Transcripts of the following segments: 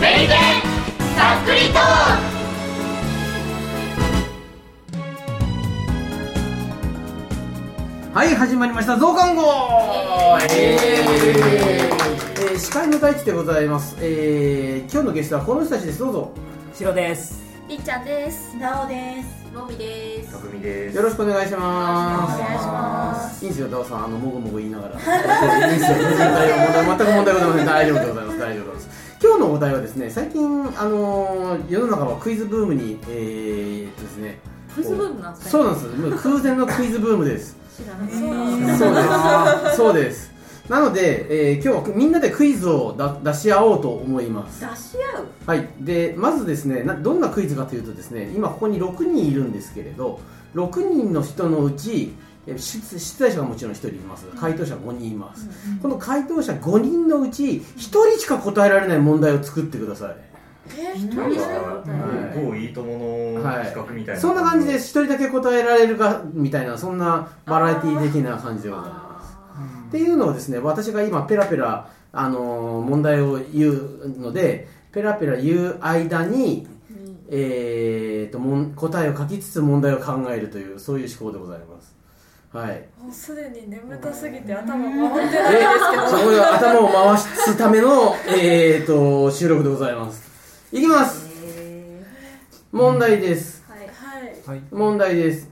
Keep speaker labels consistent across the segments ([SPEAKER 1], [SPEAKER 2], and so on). [SPEAKER 1] メリケンさっくりトー
[SPEAKER 2] はい、始まりました、増刊号えー、司会の大地でございます。えー、今日のゲストはこの人たちです、どうぞ。
[SPEAKER 3] 白です
[SPEAKER 1] りっちゃんですなおですもみです
[SPEAKER 4] 匠です
[SPEAKER 2] よろしくお願いし
[SPEAKER 1] お
[SPEAKER 2] ます。
[SPEAKER 1] 願いします
[SPEAKER 2] いいんですよ、ダオさん、あの、もぐもぐ言いながら。 いいんですよ、全然大丈夫問題、全く問題ございません。大丈夫でございます、大丈夫でございます。今日のお題はですね、最近、あのー世の中はクイズブームに、えー、っとですね、
[SPEAKER 1] クイズブームなんですか
[SPEAKER 2] そうなんです、もう空前のクイズブームです。
[SPEAKER 1] 知らないそう
[SPEAKER 3] えー
[SPEAKER 2] そうです。そうです。なので、えー今日はみんなでクイズをだ出し合おうと思います。
[SPEAKER 1] 出し合う
[SPEAKER 2] はい、でまずですねなどんなクイズかというとですね今ここに6人いるんですけれど6人の人のうちえー出出題者はもちろん1人いますが回答者5人います、この回答者5人のうち1人しか答えられない問題を作ってください
[SPEAKER 1] え一
[SPEAKER 4] な
[SPEAKER 1] 人
[SPEAKER 4] ん
[SPEAKER 1] し
[SPEAKER 4] か
[SPEAKER 1] か答え
[SPEAKER 2] はい
[SPEAKER 4] 某いいともの企画みたいな、
[SPEAKER 2] そんな感じです1人だけ答えられるかみたいなそんなバラエティ的な感じでございますっていうのをですね私が今ペラペラ、あのー問題を言うのでペラペラ言う間に、えー、ともん答えを書きつつ問題を考えるというそういう思考でございます。はい、
[SPEAKER 5] もうすでに眠たすぎて頭回ってない
[SPEAKER 2] でそこで頭を回すための、えー、と収録でございます。いきます問題です。
[SPEAKER 5] はい
[SPEAKER 3] はい
[SPEAKER 2] 問題です、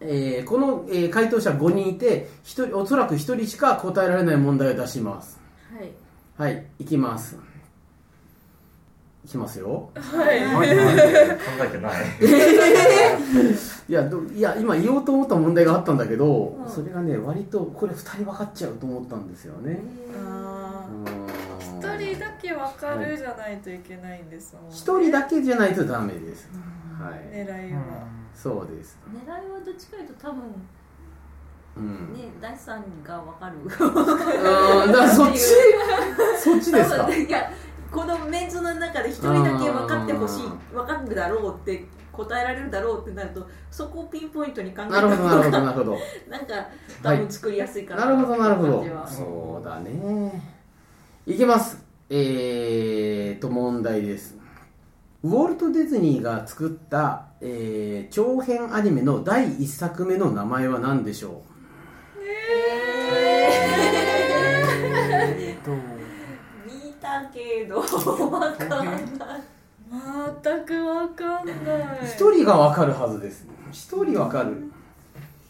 [SPEAKER 2] えーこの、えー回答者5人いて1人おそらく1人しか答えられない問題を出します
[SPEAKER 1] はい
[SPEAKER 2] はいいきますいきますよ
[SPEAKER 5] はい
[SPEAKER 4] 考えてない
[SPEAKER 2] いやどいや今言おうと思った問題があったんだけど、それがね割とこれ2人分かっちゃうと思ったんですよね
[SPEAKER 5] あ
[SPEAKER 2] うーん
[SPEAKER 5] ー一人だけ分かるじゃないといけないんですもん、ね、
[SPEAKER 2] 一人だけじゃないとダメです、はい
[SPEAKER 5] 狙いは
[SPEAKER 2] そうです
[SPEAKER 6] 狙いはどっちかいうと多分
[SPEAKER 2] うん
[SPEAKER 6] ね大地さんがわかる
[SPEAKER 2] うーんだからそっち そっちですか
[SPEAKER 6] いやこのメンズの中で一人だけ分かってほ
[SPEAKER 2] うん
[SPEAKER 6] しい分かるだろうって答えられるだろうってなるとそこをピンポイントに考え
[SPEAKER 2] な
[SPEAKER 6] た
[SPEAKER 2] る
[SPEAKER 6] 方
[SPEAKER 2] ほどなるほど
[SPEAKER 6] が
[SPEAKER 2] なるほど
[SPEAKER 6] なんか多分作りやすいかな、
[SPEAKER 2] なるほどなるほ
[SPEAKER 6] っ
[SPEAKER 2] ど
[SPEAKER 6] て感じは
[SPEAKER 2] そうだねいきますえーと問題ですウォルト・ディズニーが作った、えー長編アニメの第1作目の名前は何でしょ
[SPEAKER 3] えっと
[SPEAKER 6] 見たけど分かんない
[SPEAKER 5] 全く分かんないう
[SPEAKER 2] 一人がわかるはずです一人わかる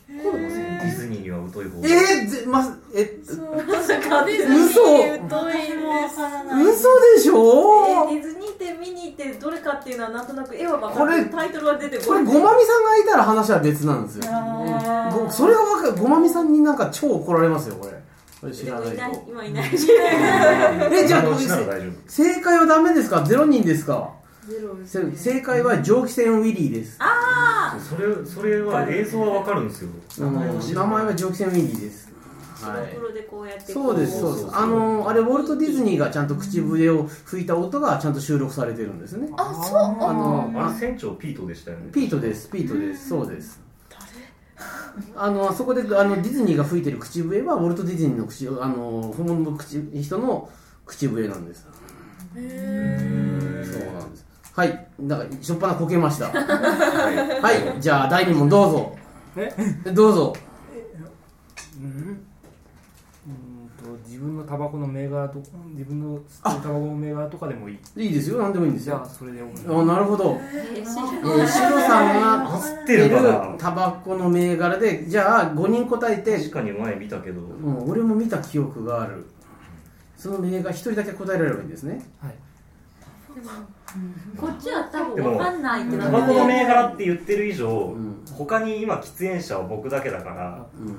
[SPEAKER 4] ディズニーには疎い方
[SPEAKER 2] えー、ぜまえ
[SPEAKER 5] そう私もディズニー疎いんです
[SPEAKER 2] 嘘でしょ
[SPEAKER 6] ディズニーって見に行ってどれかっていうのはなんとなく絵は分
[SPEAKER 2] こ
[SPEAKER 6] か
[SPEAKER 2] れ
[SPEAKER 6] るタイトルは出て
[SPEAKER 2] こ
[SPEAKER 6] こな
[SPEAKER 2] れ
[SPEAKER 6] い
[SPEAKER 2] ごまみさんがいたら話は別なんですよ
[SPEAKER 5] あー
[SPEAKER 2] ごそれがわかるごまみさんになんか超怒られますよこれこれ知
[SPEAKER 6] で
[SPEAKER 2] ら
[SPEAKER 6] も
[SPEAKER 2] ないい
[SPEAKER 6] ない
[SPEAKER 2] と
[SPEAKER 6] 今いないし
[SPEAKER 2] えじゃあ
[SPEAKER 4] しなら大丈
[SPEAKER 2] 正解はダメですかゼロ人ですか
[SPEAKER 6] ゼロです
[SPEAKER 2] せ正解は蒸気船ウィリーです
[SPEAKER 4] 夫それそれは映像はわかるんですよ
[SPEAKER 2] あの名前は蒸気船ウィリーですは
[SPEAKER 6] 白
[SPEAKER 2] い
[SPEAKER 6] 黒でこうやって
[SPEAKER 2] そうですそうですあのあれウォルト・ディズニーがちゃんと口笛を吹いた音がちゃんと収録されてるんですね
[SPEAKER 3] あそう
[SPEAKER 2] あの
[SPEAKER 4] あれ
[SPEAKER 2] あ
[SPEAKER 4] 船長ピートでしたよね
[SPEAKER 2] ピートですピートですそうですあのあそこであのディズニーが吹いてる口笛はウォルト・ディズニーの口あの本物の口人の口笛なんですそうなんですはいだからしょっぱなこけました
[SPEAKER 4] はい
[SPEAKER 2] はい、じゃあ第2問どうぞ。
[SPEAKER 3] え
[SPEAKER 2] どうぞ。
[SPEAKER 3] うんうんと自分のタバコの銘柄と自分の吸ってるタバコの銘柄とかでもいい
[SPEAKER 2] いいですよ、何でもいいんです
[SPEAKER 3] じゃ
[SPEAKER 2] よ
[SPEAKER 3] あ。それでお願いし
[SPEAKER 2] あ、
[SPEAKER 3] ま
[SPEAKER 2] なるほど。え
[SPEAKER 6] ー
[SPEAKER 2] ー、シロさんが
[SPEAKER 4] 知っ
[SPEAKER 2] 吸
[SPEAKER 4] て
[SPEAKER 2] って
[SPEAKER 4] る
[SPEAKER 2] る
[SPEAKER 4] かな
[SPEAKER 2] タバコの銘柄で、じゃあ5人答えて
[SPEAKER 4] 確、かに前見たけど
[SPEAKER 2] うん、俺も見た記憶がある。その銘柄1人だけ答えられればいいんですね。
[SPEAKER 3] すはい
[SPEAKER 6] こっちは多分分かんないってな
[SPEAKER 4] タ
[SPEAKER 6] って
[SPEAKER 4] バコの銘柄って言ってる以上、
[SPEAKER 2] ん
[SPEAKER 4] 他に今喫煙者は僕だけだから
[SPEAKER 2] うん。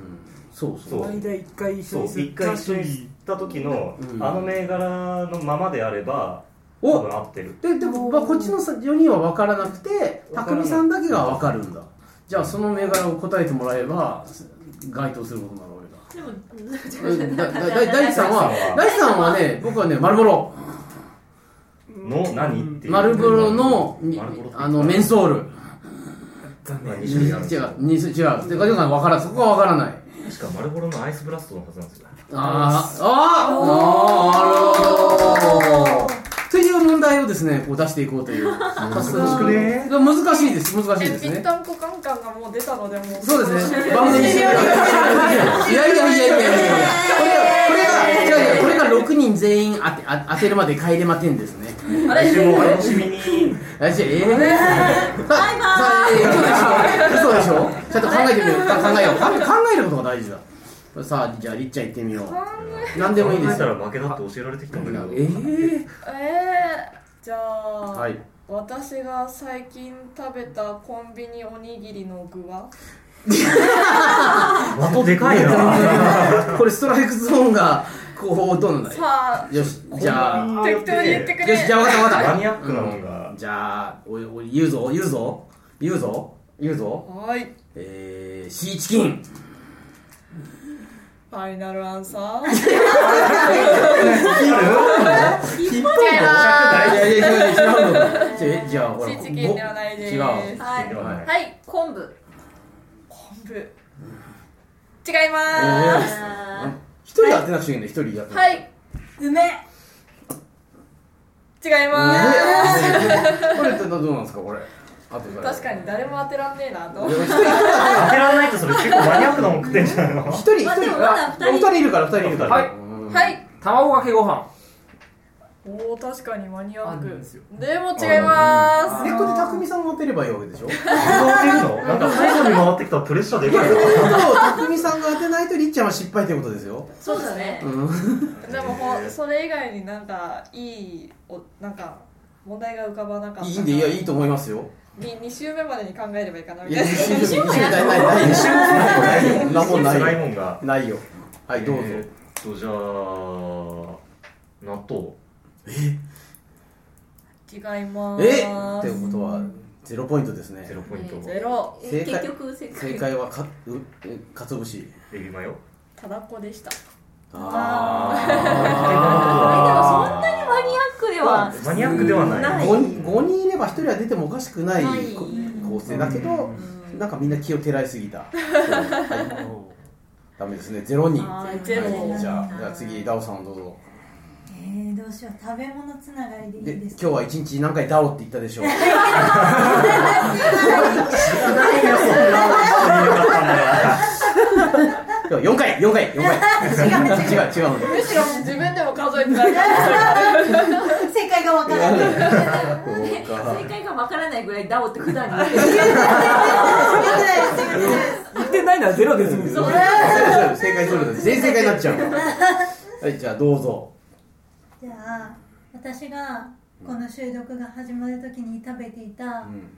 [SPEAKER 2] そう
[SPEAKER 3] こ
[SPEAKER 2] そう。
[SPEAKER 4] そう
[SPEAKER 3] の間一回一緒
[SPEAKER 4] そう
[SPEAKER 3] に吸
[SPEAKER 4] 一
[SPEAKER 3] っ
[SPEAKER 4] 回
[SPEAKER 3] た
[SPEAKER 4] 一緒に吸った時の、
[SPEAKER 2] うん
[SPEAKER 4] あの銘柄のままであれば多
[SPEAKER 2] お
[SPEAKER 4] 分合ってる
[SPEAKER 2] で、でも、まあ、こっちの4人は分からなくて、
[SPEAKER 4] わからない
[SPEAKER 2] 匠さんだけが分かるんだ。じゃあその銘柄を答えてもらえば、該当することになるわけだ。
[SPEAKER 6] でも
[SPEAKER 2] だだ だ大地さんは 大地さんはね僕はね丸ボロ
[SPEAKER 4] の何っていう
[SPEAKER 2] 丸ボロのみ
[SPEAKER 4] 丸ボロって
[SPEAKER 2] あのメンソール
[SPEAKER 3] だ
[SPEAKER 4] まあ
[SPEAKER 3] ね
[SPEAKER 4] 二種類あるんです
[SPEAKER 2] 違
[SPEAKER 4] よ
[SPEAKER 2] うに違うでガジョンさん分からんそこは分からない
[SPEAKER 4] 確か丸ボロのアイスブラストのはずなんですよ
[SPEAKER 2] あーあーあーなるほどという問題をですねこう出していこうという難
[SPEAKER 4] しくね
[SPEAKER 2] 難しいです難しい
[SPEAKER 5] え
[SPEAKER 2] で、す
[SPEAKER 5] ぴっ
[SPEAKER 2] ね
[SPEAKER 5] たんこカンカンがもう出たので、もう。
[SPEAKER 2] そうですね
[SPEAKER 5] 番
[SPEAKER 2] 番組
[SPEAKER 5] 組
[SPEAKER 2] にしていやいやいやいやいやいやいやこれがこれが違う違うこれが六人全員当てあ当てるまで帰れまてんですね
[SPEAKER 4] 来週もお楽しみに
[SPEAKER 2] えじゃあえー、バイバーイ嘘でしょ嘘でしょちょっと考えてみようか考えようか考えることが大事ださあじゃありっちゃん行ってみよう何でもいいで
[SPEAKER 4] 考え
[SPEAKER 2] す
[SPEAKER 4] たら負けだって教えられてきたんだけど
[SPEAKER 2] えー、
[SPEAKER 5] えー、じゃあ、
[SPEAKER 2] はい
[SPEAKER 5] 私が最近食べたコンビニおにぎりの具は
[SPEAKER 4] 的でかいな
[SPEAKER 2] これストライクゾーンがこうどうなんだい
[SPEAKER 5] さあ、
[SPEAKER 2] よしじゃあ
[SPEAKER 5] 適当に言ってく
[SPEAKER 2] よしじゃ
[SPEAKER 5] れ。
[SPEAKER 2] あ分かった分かった
[SPEAKER 4] マニアックなもんが
[SPEAKER 2] うんじゃあおいおい言うぞ言うぞ言うぞ言うぞ
[SPEAKER 5] はい、
[SPEAKER 2] えー、シーチキン
[SPEAKER 5] ファイナルアンサー。
[SPEAKER 2] 引っ張るのいやいやいや違うのじゃあじゃあほら
[SPEAKER 5] シーチキンではないです。
[SPEAKER 2] 違う
[SPEAKER 5] 昆
[SPEAKER 6] はい
[SPEAKER 4] ではない
[SPEAKER 6] はい昆布
[SPEAKER 5] 布。違いまーす。
[SPEAKER 6] あ
[SPEAKER 2] 一人やってなくちゃいけない一人やってなくちゃい
[SPEAKER 5] はい、
[SPEAKER 6] ー梅
[SPEAKER 5] 違いまーす。
[SPEAKER 2] けないこれってどうなんですかこれあと
[SPEAKER 5] 確かに誰も当てらんねえなと思っ
[SPEAKER 2] 一
[SPEAKER 5] て。
[SPEAKER 2] 人
[SPEAKER 4] 開けられないとそれ結構マニアックなもん食ってんじゃないの
[SPEAKER 2] 一人一人
[SPEAKER 6] あでもまだ
[SPEAKER 2] あお二人いるから二人いるから
[SPEAKER 3] はい
[SPEAKER 2] うん
[SPEAKER 5] はい。
[SPEAKER 3] 卵かけご飯
[SPEAKER 5] おお確かにマニア
[SPEAKER 3] あ
[SPEAKER 5] ッ
[SPEAKER 3] る
[SPEAKER 5] ク
[SPEAKER 3] んですよ
[SPEAKER 5] でも違いま
[SPEAKER 2] 根っこで匠さんを当てればいいわけでしょ
[SPEAKER 4] 当てるのなんか最後に回ってきたらプレッシャーでかいな
[SPEAKER 2] 匠さんが当てないとりっちゃんは失敗ということですよ
[SPEAKER 6] そうだね
[SPEAKER 5] すでもほそれ以外になんかいいおなんか問題が浮かばなかったから
[SPEAKER 2] いいんでいやいいと思いますよ
[SPEAKER 5] に二週目までに考えればいいかなみ
[SPEAKER 2] い
[SPEAKER 5] た
[SPEAKER 2] や
[SPEAKER 5] いな
[SPEAKER 2] 西村西村ないないない西村ないもんない
[SPEAKER 4] 辛い
[SPEAKER 2] よ
[SPEAKER 4] もんが
[SPEAKER 2] ないよはいどうぞ
[SPEAKER 4] えーっとじゃあ納豆
[SPEAKER 5] 違いま
[SPEAKER 2] え
[SPEAKER 5] ー
[SPEAKER 2] って
[SPEAKER 5] す
[SPEAKER 2] ことはゼロポイントですね
[SPEAKER 4] ゼロポイント
[SPEAKER 5] ゼロ
[SPEAKER 6] え
[SPEAKER 2] 正解
[SPEAKER 6] 結局正
[SPEAKER 2] 正
[SPEAKER 6] 解
[SPEAKER 2] 解はかうえかつお節
[SPEAKER 4] エビマヨ
[SPEAKER 5] ただこでした
[SPEAKER 6] あ
[SPEAKER 2] あ
[SPEAKER 6] ーでもそんなにマニアックでは
[SPEAKER 4] マニアックでは
[SPEAKER 6] な
[SPEAKER 4] ない
[SPEAKER 6] い
[SPEAKER 2] 5人5人いれば1人は出てもおかしくない
[SPEAKER 6] ない
[SPEAKER 2] こ構成だけどなんかみんな気をてらいすぎ たはいダメですねゼロ人
[SPEAKER 6] あー
[SPEAKER 5] ゼロ
[SPEAKER 2] はいじゃあじゃあ次ダオさんどうぞ
[SPEAKER 7] えー、どうしよう食べ物つながりでいい
[SPEAKER 2] で
[SPEAKER 7] で
[SPEAKER 2] 今
[SPEAKER 7] す
[SPEAKER 2] 日
[SPEAKER 7] か
[SPEAKER 2] は一日何回ダオって言ったでしょう今日4回4回4回違う違う違う
[SPEAKER 5] むしろ自分でも数 えてないから
[SPEAKER 7] 正解がわからないよ
[SPEAKER 2] そうか
[SPEAKER 6] 正解がわからないぐらいダオって普段に言って
[SPEAKER 7] くないですよくないです
[SPEAKER 3] 言ってないならゼロですもん
[SPEAKER 2] そうそう正解すると全員正解になっちゃうはいじゃあどうぞ
[SPEAKER 7] じゃあ私がこの収録が始まるときに食べていた
[SPEAKER 2] うん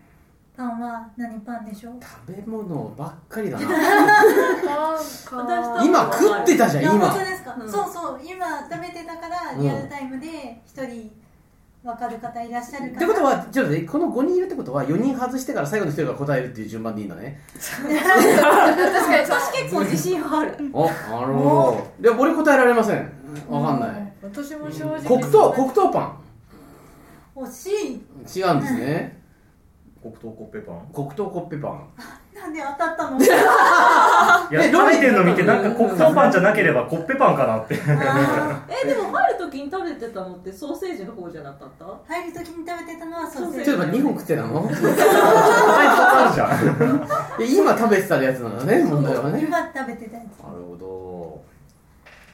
[SPEAKER 7] パンは何パンでしょう
[SPEAKER 2] 食べ物ばっかりだな
[SPEAKER 5] なんか
[SPEAKER 2] 今食ってたじゃん
[SPEAKER 7] あ
[SPEAKER 2] 今
[SPEAKER 7] 本当ですか、
[SPEAKER 6] うん
[SPEAKER 7] そうそう今食べてたからリアルタイムで一人わかる方いらっしゃる
[SPEAKER 2] っ
[SPEAKER 7] か
[SPEAKER 2] て
[SPEAKER 7] ら
[SPEAKER 2] ことはちょっとねこの5人いるってことは4人外してから最後の1人が答えるっていう順番でいいんだね
[SPEAKER 5] 確かに
[SPEAKER 6] 私結構自信はある
[SPEAKER 2] あなるほどでも俺答えられませんわかんない
[SPEAKER 5] 私も正直
[SPEAKER 2] 黒糖黒糖パン
[SPEAKER 7] 惜しい
[SPEAKER 2] 違うんですね
[SPEAKER 4] 黒糖コッペパン
[SPEAKER 2] 黒糖コッペパン
[SPEAKER 7] なんで当たった の
[SPEAKER 4] いや
[SPEAKER 2] えどう
[SPEAKER 4] 食べてんの見てなんか黒糖パンじゃなければコッペパンかなって
[SPEAKER 7] あ
[SPEAKER 6] えでも入る時に食べてたのってソーセージの方じゃなかった
[SPEAKER 7] ー入るときに食べてたのはソーセー
[SPEAKER 2] ち
[SPEAKER 7] ジ
[SPEAKER 2] ょっと2本食ってた の
[SPEAKER 4] あるじゃん
[SPEAKER 2] いや今食べてたやつなのね問題はね
[SPEAKER 7] 今食べてたやつ
[SPEAKER 2] なるほど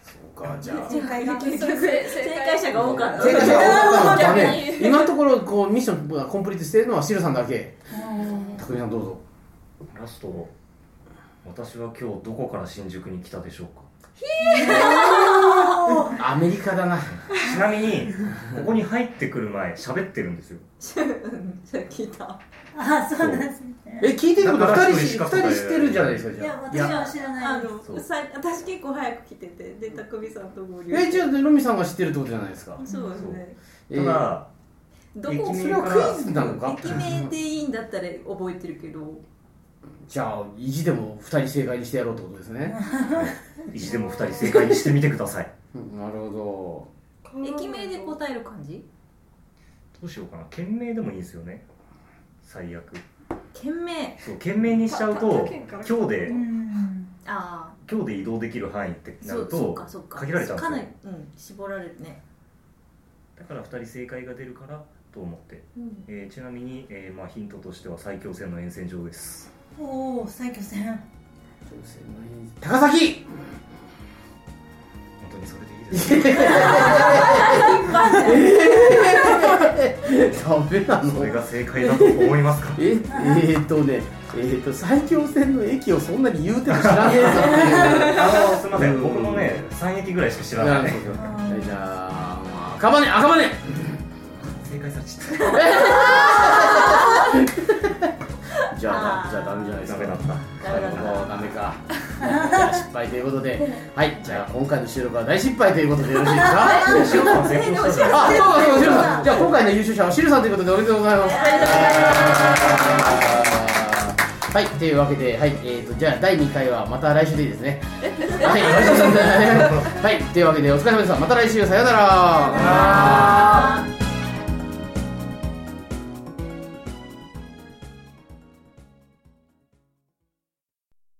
[SPEAKER 2] そうかじゃあ
[SPEAKER 7] 正解が
[SPEAKER 6] 結局正解者が多かった
[SPEAKER 2] 正解者が多かったね
[SPEAKER 5] 逆
[SPEAKER 2] 今のところこうミッションがコンプリートしてるのはシルさんだけ匠さんどうぞ
[SPEAKER 4] ラスト私は今日どこから新宿に来たでしょうか
[SPEAKER 2] アメリカだな
[SPEAKER 4] ちなみにここに入ってくる前喋ってるんですよ
[SPEAKER 6] じゃあ聞いた
[SPEAKER 7] あそうなんですね
[SPEAKER 2] え聞いてること
[SPEAKER 4] だから
[SPEAKER 2] 2人
[SPEAKER 4] 一人
[SPEAKER 2] し
[SPEAKER 4] し
[SPEAKER 2] 二
[SPEAKER 4] か
[SPEAKER 2] 人知ってるじゃないですか
[SPEAKER 7] い
[SPEAKER 2] じゃ
[SPEAKER 7] や
[SPEAKER 2] あ
[SPEAKER 7] 私は知ら
[SPEAKER 6] あ
[SPEAKER 7] ないです
[SPEAKER 6] のさ私結構早く来ててで匠さんと合流
[SPEAKER 2] えじゃあロミさんが知ってるってことじゃないですか
[SPEAKER 6] そうですね
[SPEAKER 2] え
[SPEAKER 4] た
[SPEAKER 2] ー
[SPEAKER 4] だ
[SPEAKER 6] どこ
[SPEAKER 4] 駅
[SPEAKER 2] そ
[SPEAKER 4] 名
[SPEAKER 2] れはクイズなのか
[SPEAKER 6] 駅名でいいんだったら覚えてるけど
[SPEAKER 2] じゃあ意地でも2人正解にしてやろうってことですね
[SPEAKER 4] 意地でも2人正解にしてみてください
[SPEAKER 2] うんなるほ
[SPEAKER 6] 駅名で答える感じ
[SPEAKER 4] どうしようかな県名でもいいですよね最悪
[SPEAKER 6] 県名
[SPEAKER 4] そう県名にしちゃう
[SPEAKER 5] 他他
[SPEAKER 4] と
[SPEAKER 5] 県から
[SPEAKER 4] 今日で
[SPEAKER 7] うん
[SPEAKER 6] あ
[SPEAKER 4] 今日で移動できる範囲って
[SPEAKER 6] あ
[SPEAKER 4] な
[SPEAKER 6] そ
[SPEAKER 4] る
[SPEAKER 6] うそうか
[SPEAKER 4] と
[SPEAKER 6] そうか
[SPEAKER 4] 限られちゃうん
[SPEAKER 6] か
[SPEAKER 4] で
[SPEAKER 6] な
[SPEAKER 4] す
[SPEAKER 6] り
[SPEAKER 4] よ
[SPEAKER 6] うん絞られるね
[SPEAKER 4] だから2人正解が出るからと思って、
[SPEAKER 1] うん
[SPEAKER 4] えーちなみに、えーまあ、ヒントとしては埼京線の沿線上です
[SPEAKER 7] おお最強戦
[SPEAKER 2] 高崎
[SPEAKER 4] 本当にそれでいいですか
[SPEAKER 2] ダメな
[SPEAKER 4] そ
[SPEAKER 2] の
[SPEAKER 4] れが正解だと思いますか
[SPEAKER 2] ええー、とねえー、と埼京線の駅をそんなに言うても知らねえぞっていう
[SPEAKER 4] あのすいませ
[SPEAKER 2] うん
[SPEAKER 4] ん僕もね3駅ぐらいしか知ら
[SPEAKER 2] な
[SPEAKER 4] な
[SPEAKER 2] る
[SPEAKER 4] い
[SPEAKER 2] ほどはいじゃあ赤羽赤 羽
[SPEAKER 4] 正解されちゃっ
[SPEAKER 2] じゃあじゃあダメじゃないで
[SPEAKER 4] た
[SPEAKER 2] す
[SPEAKER 4] ダ
[SPEAKER 2] か
[SPEAKER 4] メだった
[SPEAKER 2] なるほどダメかじゃあ失敗ということではいじゃあ今回の収録は大失敗ということでよろしいですか
[SPEAKER 4] しおさん成功したんですよ
[SPEAKER 2] あ、そうだそうだ、シルさん。じゃあ今回の優勝者はシルさんということでおめでとうございます。はい、というわけで、はい、えーと、じゃあ第2回はまた来週でいいですね。はい、はい、というわけでお疲れ様でした。また来週、さようなら。